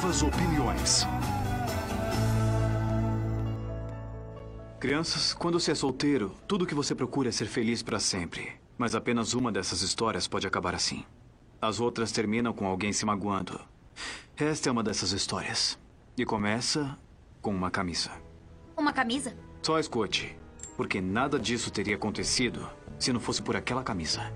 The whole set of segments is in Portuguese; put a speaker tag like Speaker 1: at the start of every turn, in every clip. Speaker 1: suas opiniões.
Speaker 2: Crianças, quando se é solteiro, tudo o que você procura é ser feliz para sempre. Mas apenas uma dessas histórias pode acabar assim. As outras terminam com alguém se magoando. Esta é uma dessas histórias. E começa com uma camisa.
Speaker 3: Uma camisa?
Speaker 2: Só escute, porque nada disso teria acontecido se não fosse por aquela camisa.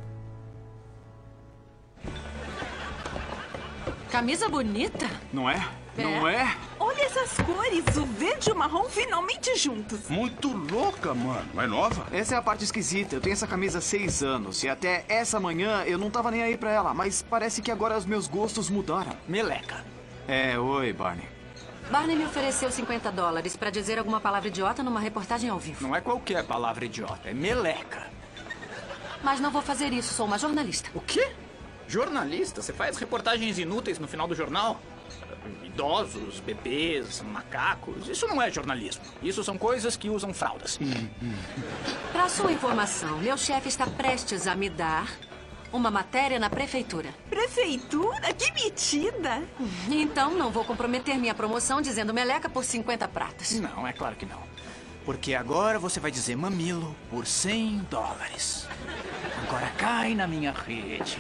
Speaker 4: Camisa bonita?
Speaker 2: Não é?
Speaker 4: É.
Speaker 2: Não é?
Speaker 5: Olha essas cores, o verde e o marrom finalmente juntos.
Speaker 6: Muito louca, mano. É nova?
Speaker 2: Essa é a parte esquisita. Eu tenho essa camisa há seis anos e até essa manhã eu não tava nem aí pra ela, mas parece que agora os meus gostos mudaram.
Speaker 7: Meleca.
Speaker 2: É, oi, Barney.
Speaker 4: Barney me ofereceu 50 dólares pra dizer alguma palavra idiota numa reportagem ao vivo.
Speaker 7: Não é qualquer palavra idiota, é meleca.
Speaker 4: Mas não vou fazer isso, sou uma jornalista.
Speaker 7: O quê? Jornalista? Você faz reportagens inúteis no final do jornal? Idosos, bebês, macacos. Isso não é jornalismo. Isso são coisas que usam fraldas.
Speaker 4: Pra sua informação, meu chefe está prestes a me dar uma matéria na prefeitura.
Speaker 5: Prefeitura? Que metida!
Speaker 4: Então não vou comprometer minha promoção dizendo meleca por 50 pratas.
Speaker 7: Não, é claro que não. Porque agora você vai dizer mamilo por 100 dólares. Agora cai na minha rede.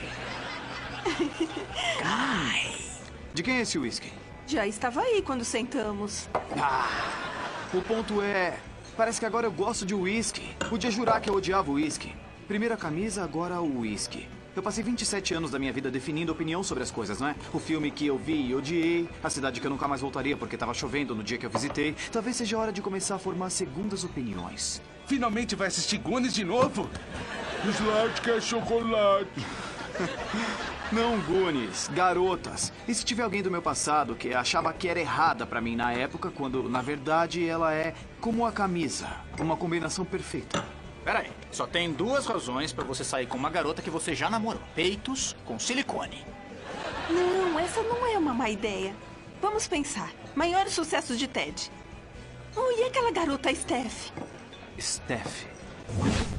Speaker 2: De quem é esse whisky?
Speaker 5: Já estava aí quando sentamos.
Speaker 2: O ponto é. Parece que agora eu gosto de uísque. Podia jurar que eu odiava uísque. Primeiro a camisa, agora o uísque. Eu passei 27 anos da minha vida definindo opinião sobre as coisas, não é? O filme que eu vi e odiei, a cidade que eu nunca mais voltaria porque estava chovendo no dia que eu visitei. Talvez seja hora de começar a formar segundas opiniões.
Speaker 6: Finalmente vai assistir Gones de novo? Slide quer chocolate.
Speaker 2: Não gunes, garotas. E se tiver alguém do meu passado que achava que era errada pra mim na época, quando na verdade ela é como a camisa, uma combinação perfeita.
Speaker 7: Peraí, só tem duas razões pra você sair com uma garota que você já namorou: peitos com silicone.
Speaker 5: Não, essa não é uma má ideia. Vamos pensar. Maiores sucessos de Ted. Oh, e aquela garota Steph?
Speaker 2: Steph.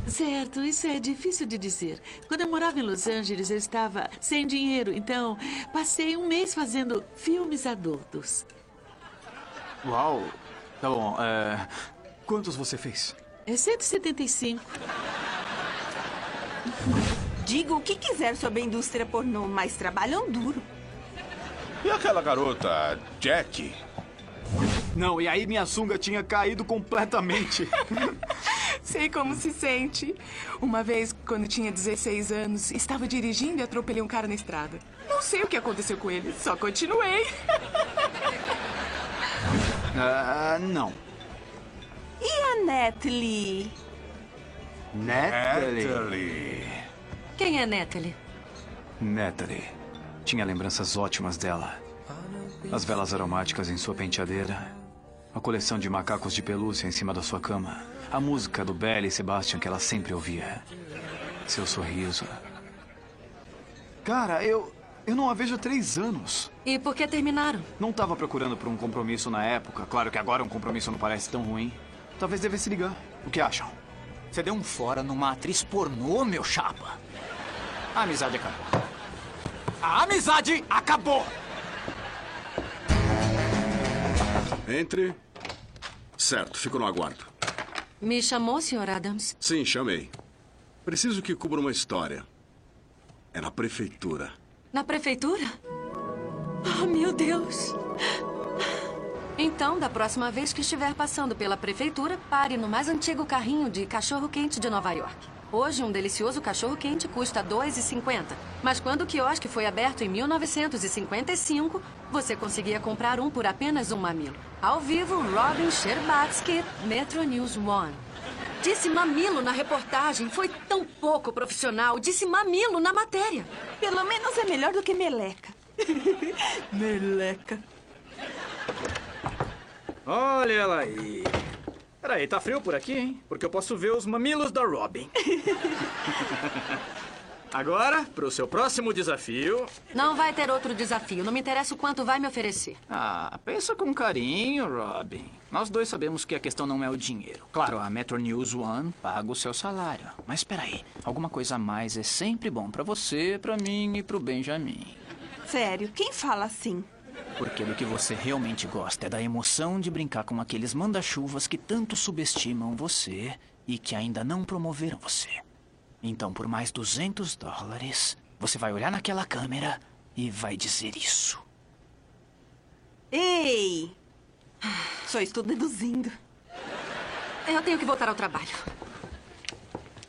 Speaker 8: Certo, isso é difícil de dizer. Quando eu morava em Los Angeles, eu estava sem dinheiro, então passei um mês fazendo filmes adultos.
Speaker 2: Uau. Tá bom, é... Quantos você fez?
Speaker 8: É 175.
Speaker 5: Diga o que quiser sobre a indústria pornô, mas trabalham duro.
Speaker 6: E aquela garota, Jack?
Speaker 2: Não, e aí minha sunga tinha caído completamente.
Speaker 9: Sei como se sente. Uma vez, quando tinha 16 anos, estava dirigindo e atropelei um cara na estrada. Não sei o que aconteceu com ele, só continuei.
Speaker 2: Ah, não.
Speaker 5: E a Natalie?
Speaker 2: Natalie.
Speaker 6: Natalie.
Speaker 4: Quem é Natalie?
Speaker 2: Natalie. Tinha lembranças ótimas dela. As velas aromáticas em sua penteadeira. A coleção de macacos de pelúcia em cima da sua cama. A música do Belle e Sebastian que ela sempre ouvia. Seu sorriso. Cara, eu. Eu não a vejo há três anos.
Speaker 4: E por que terminaram?
Speaker 2: Não estava procurando por um compromisso na época. Claro que agora um compromisso não parece tão ruim. Talvez devesse ligar. O que acham?
Speaker 7: Você deu um fora numa atriz pornô, meu chapa. A amizade acabou. A amizade acabou!
Speaker 10: Entre. Certo, fico no aguardo.
Speaker 4: Me chamou, Sr. Adams?
Speaker 10: Sim, chamei. Preciso que cubra uma história. É na prefeitura.
Speaker 4: Na prefeitura? Oh, meu Deus! Então, da próxima vez que estiver passando pela prefeitura, pare no mais antigo carrinho de cachorro-quente de Nova York. Hoje, um delicioso cachorro-quente custa 2,50. Mas quando o quiosque foi aberto em 1955, você conseguia comprar um por apenas um mamilo. Ao vivo, Robin Scherbatsky, Metro News One. Disse mamilo na reportagem. Foi tão pouco profissional. Disse mamilo na matéria.
Speaker 5: Pelo menos é melhor do que meleca. meleca.
Speaker 7: Olha ela aí. Peraí, tá frio por aqui, hein? Porque eu posso ver os mamilos da Robin. Agora, pro seu próximo desafio.
Speaker 4: Não vai ter outro desafio. Não me interessa o quanto vai me oferecer.
Speaker 7: Ah, pensa com carinho, Robin. Nós dois sabemos que a questão não é o dinheiro. Claro, a Metro News One paga o seu salário. Mas peraí, alguma coisa a mais é sempre bom pra você, pra mim e pro Benjamin.
Speaker 5: Sério, quem fala assim?
Speaker 7: Porque do que você realmente gosta é da emoção de brincar com aqueles manda-chuvas que tanto subestimam você e que ainda não promoveram você. Então, por mais 200 dólares, você vai olhar naquela câmera e vai dizer isso.
Speaker 5: Ei! Ah, Só estou deduzindo.
Speaker 4: Eu tenho que voltar ao trabalho.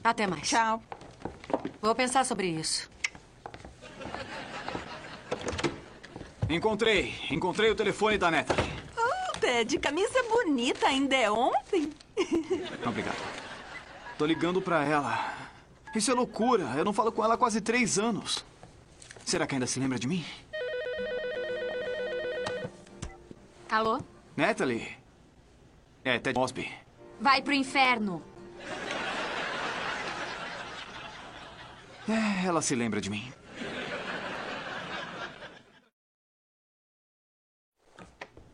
Speaker 4: Até mais.
Speaker 5: Tchau.
Speaker 4: Vou pensar sobre isso.
Speaker 2: Encontrei, encontrei o telefone da neta.
Speaker 5: Oh, Ted, camisa bonita ainda é ontem?
Speaker 2: Obrigado. Tô ligando pra ela. Isso é loucura. Eu não falo com ela há quase três anos. Será que ainda se lembra de mim?
Speaker 1: Alô?
Speaker 2: Natalie? É, Ted Mosby.
Speaker 1: Vai pro inferno.
Speaker 2: É, ela se lembra de mim.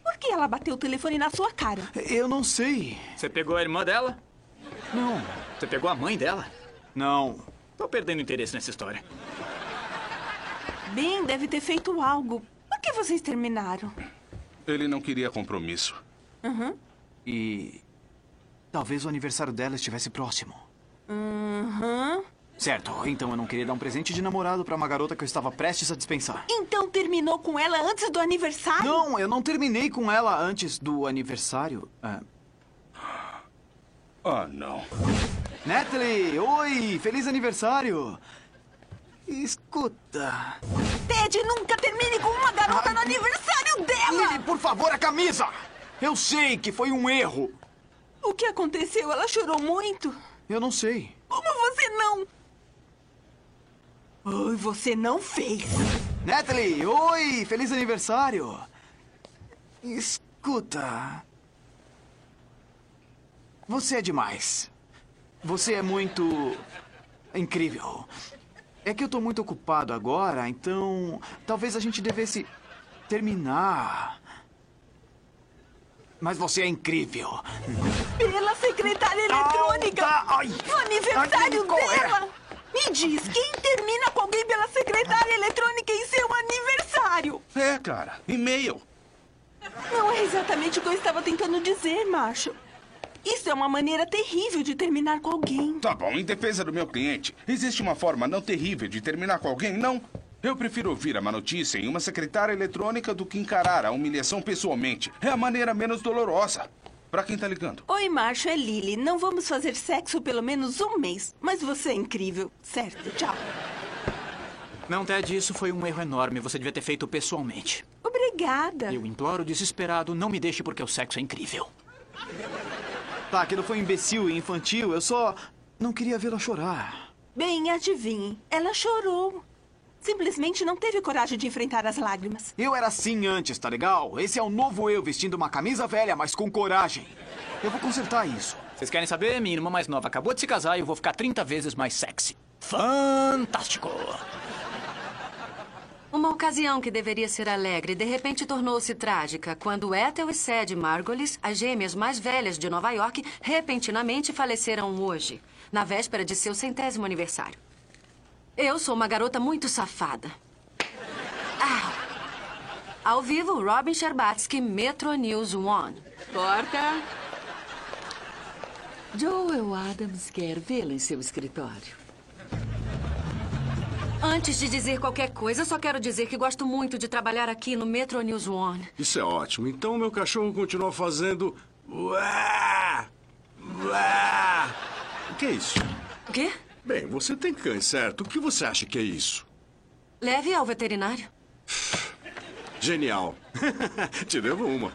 Speaker 5: Por que ela bateu o telefone na sua cara?
Speaker 2: Eu não sei.
Speaker 7: Você pegou a irmã dela?
Speaker 2: Não.
Speaker 7: Você pegou a mãe dela?
Speaker 2: Não.
Speaker 7: Tô perdendo interesse nessa história.
Speaker 5: Ben deve ter feito algo. Por que vocês terminaram?
Speaker 6: Ele não queria compromisso.
Speaker 2: E. Talvez o aniversário dela estivesse próximo.
Speaker 5: Aham.
Speaker 2: Certo, então eu não queria dar um presente de namorado pra uma garota que eu estava prestes a dispensar.
Speaker 5: Então terminou com ela antes do aniversário?
Speaker 2: Não, eu não terminei com ela antes do aniversário. Ah,
Speaker 6: Ah, não.
Speaker 2: Natalie, oi! Feliz aniversário! Escuta.
Speaker 5: Ted, nunca termine com uma garota no aniversário dela!
Speaker 2: Lily, por favor, a camisa! Eu sei que foi um erro.
Speaker 5: O que aconteceu? Ela chorou muito?
Speaker 2: Eu não sei.
Speaker 5: Como você não? Ai, você não fez.
Speaker 2: Natalie, oi! Feliz aniversário! Escuta. Você é demais. Você é muito. incrível. É que eu tô muito ocupado agora, então. talvez a gente devesse. terminar. Mas você é incrível.
Speaker 5: Pela secretária eletrônica!
Speaker 2: Ah, tá, ai.
Speaker 5: No aniversário
Speaker 2: Ai, qual é?
Speaker 5: dela! Me diz, quem termina com alguém pela secretária eletrônica em seu aniversário?
Speaker 6: É, cara. E-mail.
Speaker 5: Não é exatamente o que eu estava tentando dizer, macho. Isso é uma maneira terrível de terminar com alguém.
Speaker 6: Tá bom, em defesa do meu cliente, existe uma forma não terrível de terminar com alguém, não? Eu prefiro ouvir a má notícia em uma secretária eletrônica do que encarar a humilhação pessoalmente. É a maneira menos dolorosa. Pra quem tá ligando?
Speaker 5: Oi, macho, é Lily. Não vamos fazer sexo pelo menos um mês. Mas você é incrível. Certo, tchau.
Speaker 7: Não, Ted, isso foi um erro enorme. Você devia ter feito pessoalmente.
Speaker 5: Obrigada.
Speaker 7: Eu imploro desesperado, não me deixe porque o sexo é incrível.
Speaker 2: Tá, aquilo foi imbecil e infantil. Eu só. não queria vê-la chorar.
Speaker 5: Bem, adivinhe. Ela chorou. Simplesmente não teve coragem de enfrentar as lágrimas.
Speaker 2: Eu era assim antes, tá legal? Esse é o novo eu vestindo uma camisa velha, mas com coragem. Eu vou consertar isso.
Speaker 7: Vocês querem saber? Minha irmã mais nova acabou de se casar e eu vou ficar 30 vezes mais sexy. Fantástico!
Speaker 4: Uma ocasião que deveria ser alegre de repente tornou-se trágica quando Ethel e Sad Margolis, as gêmeas mais velhas de Nova York, repentinamente faleceram hoje, na véspera de seu centésimo aniversário. Eu sou uma garota muito safada. Au. Ao vivo, Robin Sherbatsky, Metro News One.
Speaker 8: Porta! Joel Adams quer vê-lo em seu escritório.
Speaker 4: Antes de dizer qualquer coisa, só quero dizer que gosto muito de trabalhar aqui no Metro News One.
Speaker 10: Isso é ótimo. Então meu cachorro continua fazendo. Uá! Uá! O que é isso?
Speaker 4: O quê?
Speaker 10: Bem, você tem cães, certo? O que você acha que é isso?
Speaker 4: Leve ao veterinário.
Speaker 10: Genial. Te devo uma.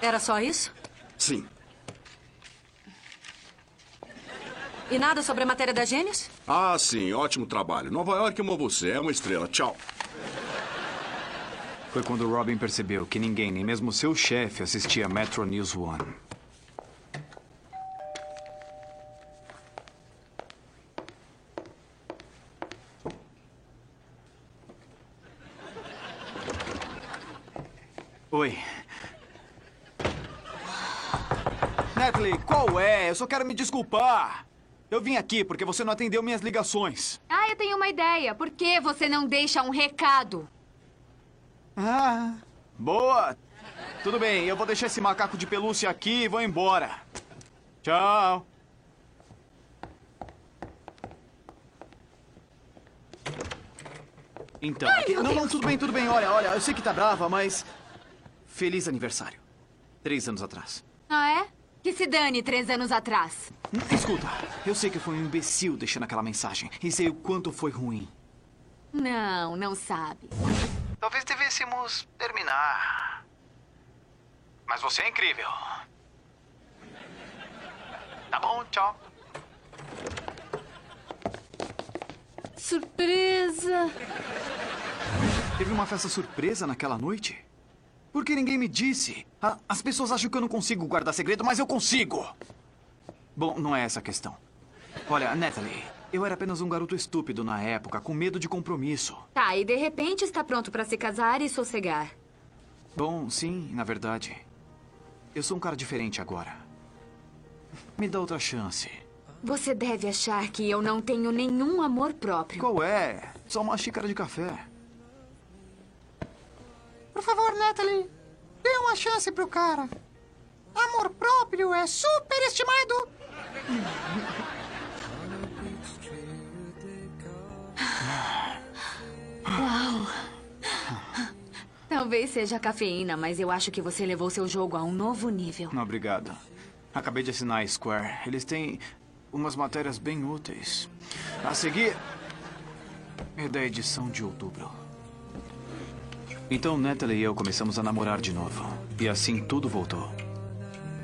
Speaker 4: Era só isso?
Speaker 10: Sim.
Speaker 4: E nada sobre a matéria da Gênios?
Speaker 10: Ah, sim, ótimo trabalho. Nova York amou você, é uma estrela. Tchau.
Speaker 2: Foi quando Robin percebeu que ninguém, nem mesmo seu chefe, assistia Metro News One. Oi. Natalie, qual é? Eu só quero me desculpar. Eu vim aqui porque você não atendeu minhas ligações.
Speaker 1: Ah, eu tenho uma ideia. Por que você não deixa um recado?
Speaker 2: Ah, boa! Tudo bem, eu vou deixar esse macaco de pelúcia aqui e vou embora. Tchau! Então, aqui- não, não, tudo bem, tudo bem. Olha, olha, eu sei que tá brava, mas. Feliz aniversário. Três anos atrás.
Speaker 1: Ah, é? Que se dane três anos atrás.
Speaker 2: Hum, Escuta, eu sei que foi um imbecil deixando aquela mensagem e sei o quanto foi ruim.
Speaker 1: Não, não sabe.
Speaker 2: Talvez devêssemos terminar. Mas você é incrível. Tá bom, tchau.
Speaker 1: Surpresa!
Speaker 2: Teve uma festa surpresa naquela noite? Por que ninguém me disse? A- as pessoas acham que eu não consigo guardar segredo, mas eu consigo! Bom, não é essa a questão. Olha, Natalie, eu era apenas um garoto estúpido na época, com medo de compromisso.
Speaker 1: Tá, e de repente está pronto pra se casar e sossegar.
Speaker 2: Bom, sim, na verdade. Eu sou um cara diferente agora. Me dá outra chance.
Speaker 1: Você deve achar que eu não tenho nenhum amor próprio.
Speaker 2: Qual é? Só uma xícara de café.
Speaker 3: Por favor, Natalie, dê uma chance pro cara. Amor próprio é superestimado.
Speaker 1: Talvez seja a cafeína, mas eu acho que você levou seu jogo a um novo nível.
Speaker 2: Não, obrigado. Acabei de assinar a Square. Eles têm umas matérias bem úteis. A seguir é da edição de outubro. Então Natalie e eu começamos a namorar de novo. E assim tudo voltou.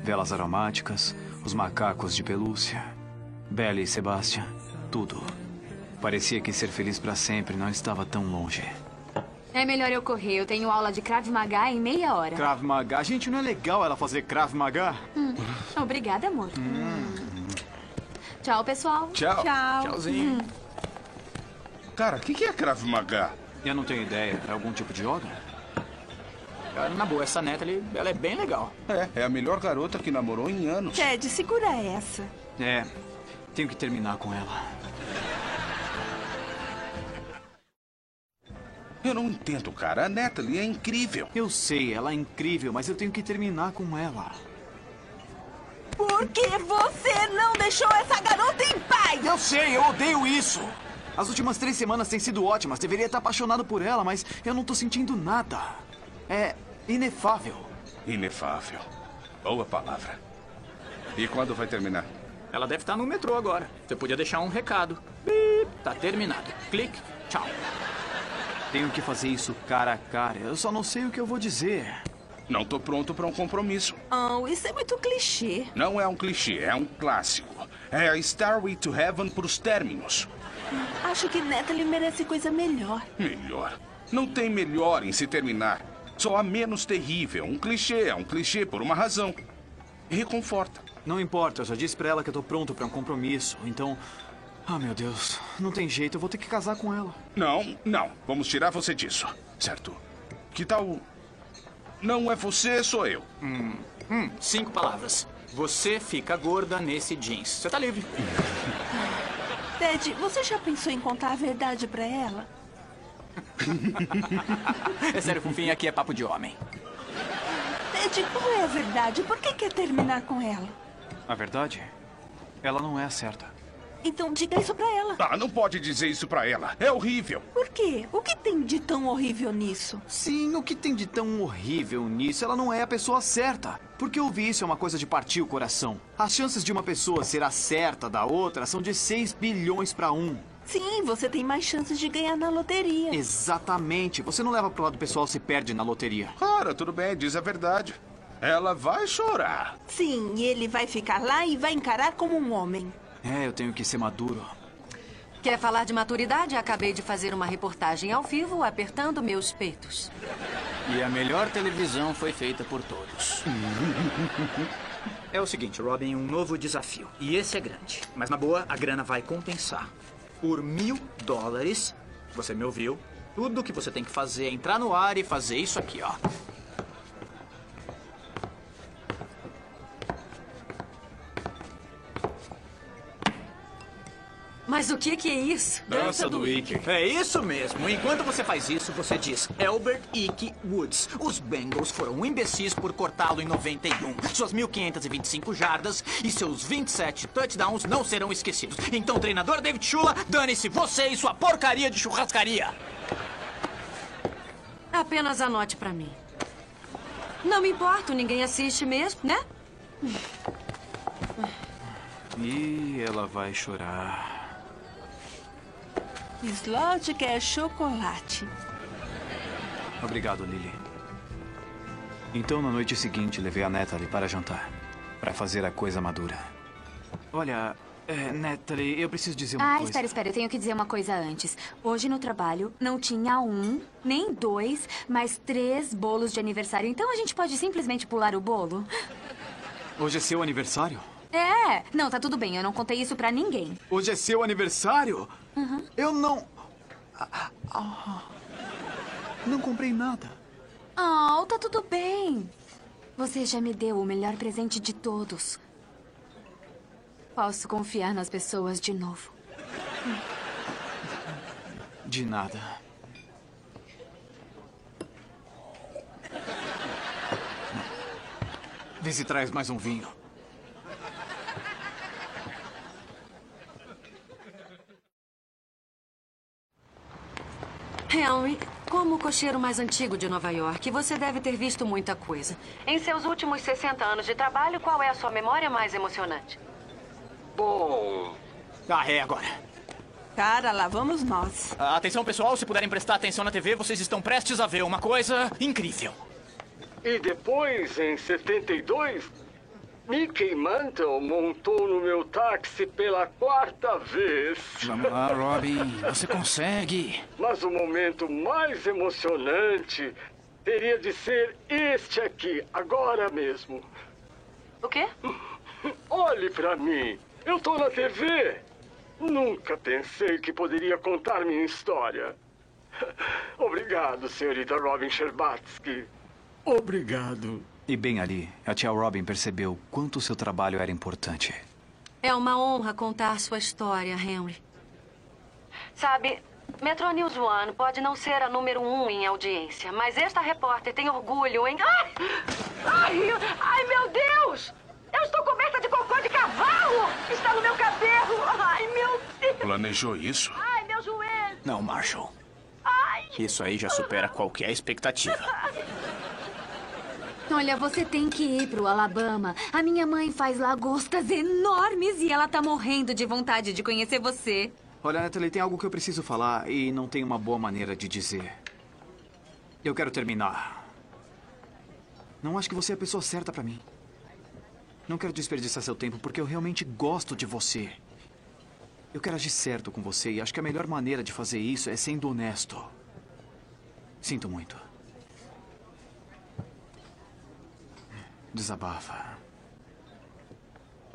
Speaker 2: Velas aromáticas, os macacos de pelúcia, Belle e Sebastian, tudo. Parecia que ser feliz para sempre não estava tão longe.
Speaker 1: É melhor eu correr, eu tenho aula de Krav Maga em meia hora.
Speaker 2: Krav Maga. Gente, não é legal ela fazer Krav Maga?
Speaker 1: Obrigada, amor. Tchau, pessoal.
Speaker 6: Tchau.
Speaker 2: Tchauzinho.
Speaker 6: Cara, o que, que é Krav Maga?
Speaker 2: Eu não tenho ideia. É algum tipo de yoga?
Speaker 7: Cara, na boa, essa Natalie, ela é bem legal.
Speaker 6: É, é a melhor garota que namorou em anos.
Speaker 5: Ted, segura essa.
Speaker 2: É, tenho que terminar com ela.
Speaker 6: Eu não entendo, cara. A Natalie é incrível.
Speaker 2: Eu sei, ela é incrível, mas eu tenho que terminar com ela.
Speaker 5: Por que você não deixou essa garota em paz?
Speaker 2: Eu sei, eu odeio isso! As últimas três semanas têm sido ótimas. Deveria estar apaixonado por ela, mas eu não tô sentindo nada. É inefável.
Speaker 6: Inefável. Boa palavra. E quando vai terminar?
Speaker 7: Ela deve estar no metrô agora. Você podia deixar um recado. Bip, tá terminado. Clique, tchau.
Speaker 2: Tenho que fazer isso cara a cara. Eu só não sei o que eu vou dizer.
Speaker 6: Não tô pronto pra um compromisso.
Speaker 5: Oh, isso é muito clichê.
Speaker 6: Não é um clichê, é um clássico. É a Starway to Heaven pros términos.
Speaker 5: Acho que Natalie merece coisa melhor.
Speaker 6: Melhor. Não tem melhor em se terminar. Só há menos terrível. Um clichê é um clichê por uma razão. Reconforta.
Speaker 2: Não importa, eu já disse pra ela que eu tô pronto pra um compromisso. Então. Ah, meu Deus. Não tem jeito, eu vou ter que casar com ela.
Speaker 6: Não, não. Vamos tirar você disso. Certo? Que tal. Não é você, sou eu.
Speaker 7: Hum, cinco palavras. Você fica gorda nesse jeans. Você tá livre.
Speaker 5: Ted, você já pensou em contar a verdade pra ela?
Speaker 7: É sério, Fofinha, aqui é papo de homem.
Speaker 5: Ted, qual é a verdade? Por que quer terminar com ela?
Speaker 2: Na verdade, ela não é a certa.
Speaker 5: Então diga isso pra ela.
Speaker 6: Ah, não pode dizer isso pra ela. É horrível.
Speaker 5: Por quê? O que tem de tão horrível nisso?
Speaker 2: Sim, o que tem de tão horrível nisso? Ela não é a pessoa certa. Porque ouvir isso é uma coisa de partir o coração. As chances de uma pessoa ser a certa da outra são de 6 bilhões pra 1.
Speaker 5: Sim, você tem mais chances de ganhar na loteria.
Speaker 2: Exatamente. Você não leva pro lado pessoal se perde na loteria.
Speaker 6: Cara, tudo bem, diz a verdade. Ela vai chorar.
Speaker 5: Sim, e ele vai ficar lá e vai encarar como um homem.
Speaker 2: É, eu tenho que ser maduro.
Speaker 4: Quer falar de maturidade? Acabei de fazer uma reportagem ao vivo apertando meus peitos.
Speaker 7: E a melhor televisão foi feita por todos. é o seguinte, Robin, um novo desafio. E esse é grande. Mas na boa, a grana vai compensar. Por mil dólares, você me ouviu? Tudo que você tem que fazer é entrar no ar e fazer isso aqui, ó.
Speaker 4: Mas o que, que é isso?
Speaker 11: Ike. É isso mesmo. Enquanto você faz isso, você diz Albert Ike Woods. Os Bengals foram imbecis por cortá-lo em 91. Suas 1.525 jardas e seus 27 touchdowns não serão esquecidos. Então, treinador David Shula, dane-se você e sua porcaria de churrascaria.
Speaker 4: Apenas anote pra mim. Não me importo, ninguém assiste mesmo, né?
Speaker 2: E ela vai chorar.
Speaker 5: Slot quer chocolate.
Speaker 2: Obrigado, Lily. Então, na noite seguinte, levei a Natalie para jantar. Para fazer a coisa madura. Olha, é, Natalie, eu preciso dizer uma
Speaker 1: Ah,
Speaker 2: coisa.
Speaker 1: espera, espera, eu tenho que dizer uma coisa antes. Hoje no trabalho não tinha um, nem dois, mas três bolos de aniversário. Então a gente pode simplesmente pular o bolo?
Speaker 2: Hoje é seu aniversário?
Speaker 1: É! Não, tá tudo bem, eu não contei isso pra ninguém.
Speaker 2: Hoje é seu aniversário?
Speaker 1: Uhum.
Speaker 2: Eu não. Ah, não comprei nada.
Speaker 1: Oh, tá tudo bem. Você já me deu o melhor presente de todos. Posso confiar nas pessoas de novo.
Speaker 2: De nada. Vê se traz mais um vinho.
Speaker 4: Henry, como o cocheiro mais antigo de Nova York, você deve ter visto muita coisa. Em seus últimos 60 anos de trabalho, qual é a sua memória mais emocionante?
Speaker 11: Bom.
Speaker 7: Ah, é agora.
Speaker 5: Cara, lá vamos nós.
Speaker 11: Ah, Atenção, pessoal. Se puderem prestar atenção na TV, vocês estão prestes a ver uma coisa incrível.
Speaker 12: E depois, em 72, Mickey Mantle montou no meu táxi pela quarta vez.
Speaker 7: Vamos lá, Ah, Robin. Você consegue.
Speaker 12: Mas o momento mais emocionante teria de ser este aqui, agora mesmo.
Speaker 4: O quê?
Speaker 12: Olhe pra mim. Eu tô na TV. Nunca pensei que poderia contar minha história. Obrigado, senhorita Robin Sherbatsky.
Speaker 2: Obrigado. E bem ali, a tia Robin percebeu quanto seu trabalho era importante.
Speaker 4: É uma honra contar sua história, Henry. Sabe, Metro News One pode não ser a número um em audiência, mas esta repórter tem orgulho em. Ai! Ai, ai meu Deus! Eu estou coberta de cocô de cavalo! Está no meu cabelo! Ai, meu Deus!
Speaker 6: Planejou isso?
Speaker 4: Ai, meu joelho!
Speaker 11: Não, Marshall.
Speaker 4: Ai!
Speaker 11: Isso aí já supera qualquer expectativa.
Speaker 1: Olha, você tem que ir pro Alabama. A minha mãe faz lagostas enormes e ela tá morrendo de vontade de conhecer você.
Speaker 2: Olha, Natalie, tem algo que eu preciso falar e não tem uma boa maneira de dizer. Eu quero terminar. Não acho que você é a pessoa certa pra mim. Não quero desperdiçar seu tempo porque eu realmente gosto de você. Eu quero agir certo com você e acho que a melhor maneira de fazer isso é sendo honesto. Sinto muito. Desabafa.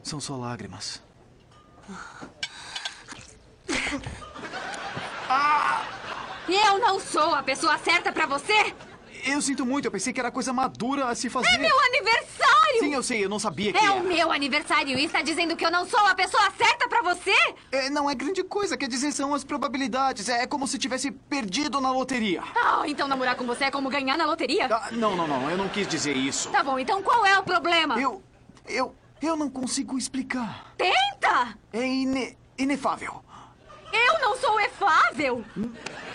Speaker 2: São só lágrimas.
Speaker 1: Ah! Eu não sou a pessoa certa pra você!
Speaker 2: Eu sinto muito, eu pensei que era coisa madura a se fazer.
Speaker 1: É meu aniversário!
Speaker 2: Sim, eu sei, eu não sabia que
Speaker 1: É
Speaker 2: era.
Speaker 1: o meu aniversário e está dizendo que eu não sou a pessoa certa pra você?
Speaker 2: É, não é grande coisa, quer dizer, são as probabilidades. É como se tivesse perdido na loteria.
Speaker 1: Ah, então namorar com você é como ganhar na loteria?
Speaker 2: Ah, não, não, não, eu não quis dizer isso.
Speaker 1: Tá bom, então qual é o problema?
Speaker 2: Eu. Eu. Eu não consigo explicar.
Speaker 1: Tenta!
Speaker 2: É ine, inefável.
Speaker 1: Eu não sou efável!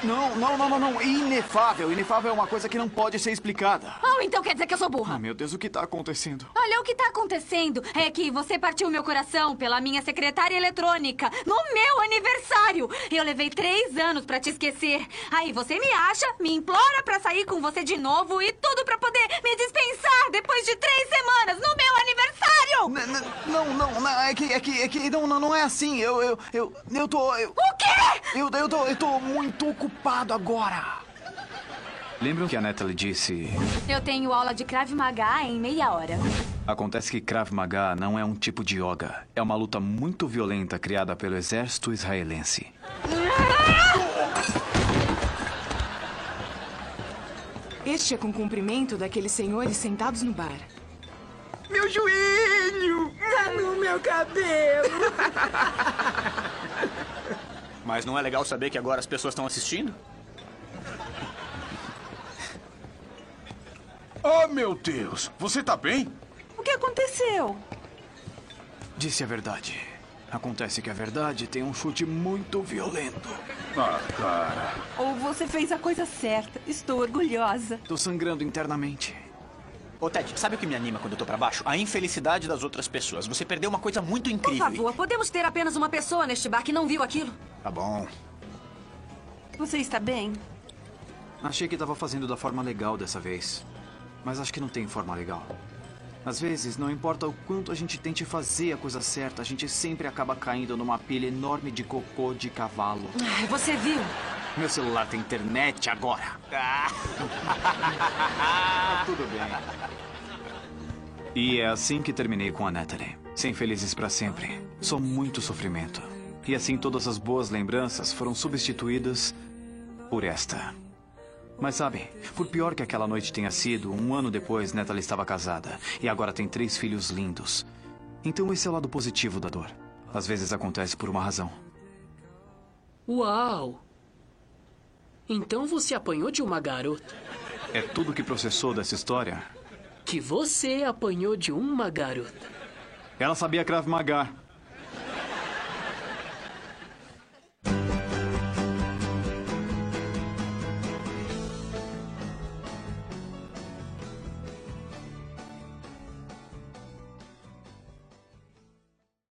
Speaker 2: Não, não, não, não, não. Inefável. Inefável é uma coisa que não pode ser explicada.
Speaker 1: Oh, então quer dizer que eu sou burra.
Speaker 2: Ah, meu Deus, o que tá acontecendo?
Speaker 1: Olha, o que tá acontecendo é que você partiu meu coração pela minha secretária eletrônica no meu aniversário. Eu levei três anos pra te esquecer. Aí você me acha, me implora pra sair com você de novo e tudo pra poder me dispensar depois de três semanas no meu aniversário.
Speaker 2: N- n- Não, não, não, é que, é que, é que, não, não, não é assim. Eu, eu, eu, eu tô. Eu,
Speaker 1: o
Speaker 2: quê? Eu, eu tô, eu tô muito ocupado agora. Lembram que a Natalie disse?
Speaker 1: Eu tenho aula de Krav Maga em meia hora.
Speaker 2: Acontece que Krav Maga não é um tipo de yoga. É uma luta muito violenta criada pelo exército israelense.
Speaker 9: Este é com cumprimento daqueles senhores sentados no bar.
Speaker 3: Meu joelho! Tá no meu cabelo!
Speaker 7: Mas não é legal saber que agora as pessoas estão assistindo?
Speaker 6: Oh, meu Deus! Você tá bem?
Speaker 4: O que aconteceu?
Speaker 2: Disse a verdade. Acontece que a verdade tem um chute muito violento.
Speaker 6: Ah, cara.
Speaker 4: Ou você fez a coisa certa. Estou orgulhosa.
Speaker 2: Tô sangrando internamente.
Speaker 7: Ô, Ted, sabe o que me anima quando eu tô pra baixo? A infelicidade das outras pessoas. Você perdeu uma coisa muito
Speaker 13: Por
Speaker 7: incrível.
Speaker 13: favor, podemos ter apenas uma pessoa neste bar que não viu aquilo?
Speaker 2: Tá bom.
Speaker 4: Você está bem?
Speaker 2: Achei que tava fazendo da forma legal dessa vez. Mas acho que não tem forma legal. Às vezes, não importa o quanto a gente tente fazer a coisa certa, a gente sempre acaba caindo numa pilha enorme de cocô de cavalo.
Speaker 13: Ai, Você viu?
Speaker 2: Meu celular tem internet agora. Tudo bem. E é assim que terminei com a Natalie. Sem felizes pra sempre. Só muito sofrimento. E assim todas as boas lembranças foram substituídas por esta. Mas sabem, por pior que aquela noite tenha sido, um ano depois Natalie estava casada e agora tem três filhos lindos. Então esse é o lado positivo da dor. Às vezes acontece por uma razão.
Speaker 9: Uau! Então você apanhou de uma garota.
Speaker 2: É tudo que processou dessa história
Speaker 9: Que você apanhou de uma garota.
Speaker 2: Ela sabia Krav Maga.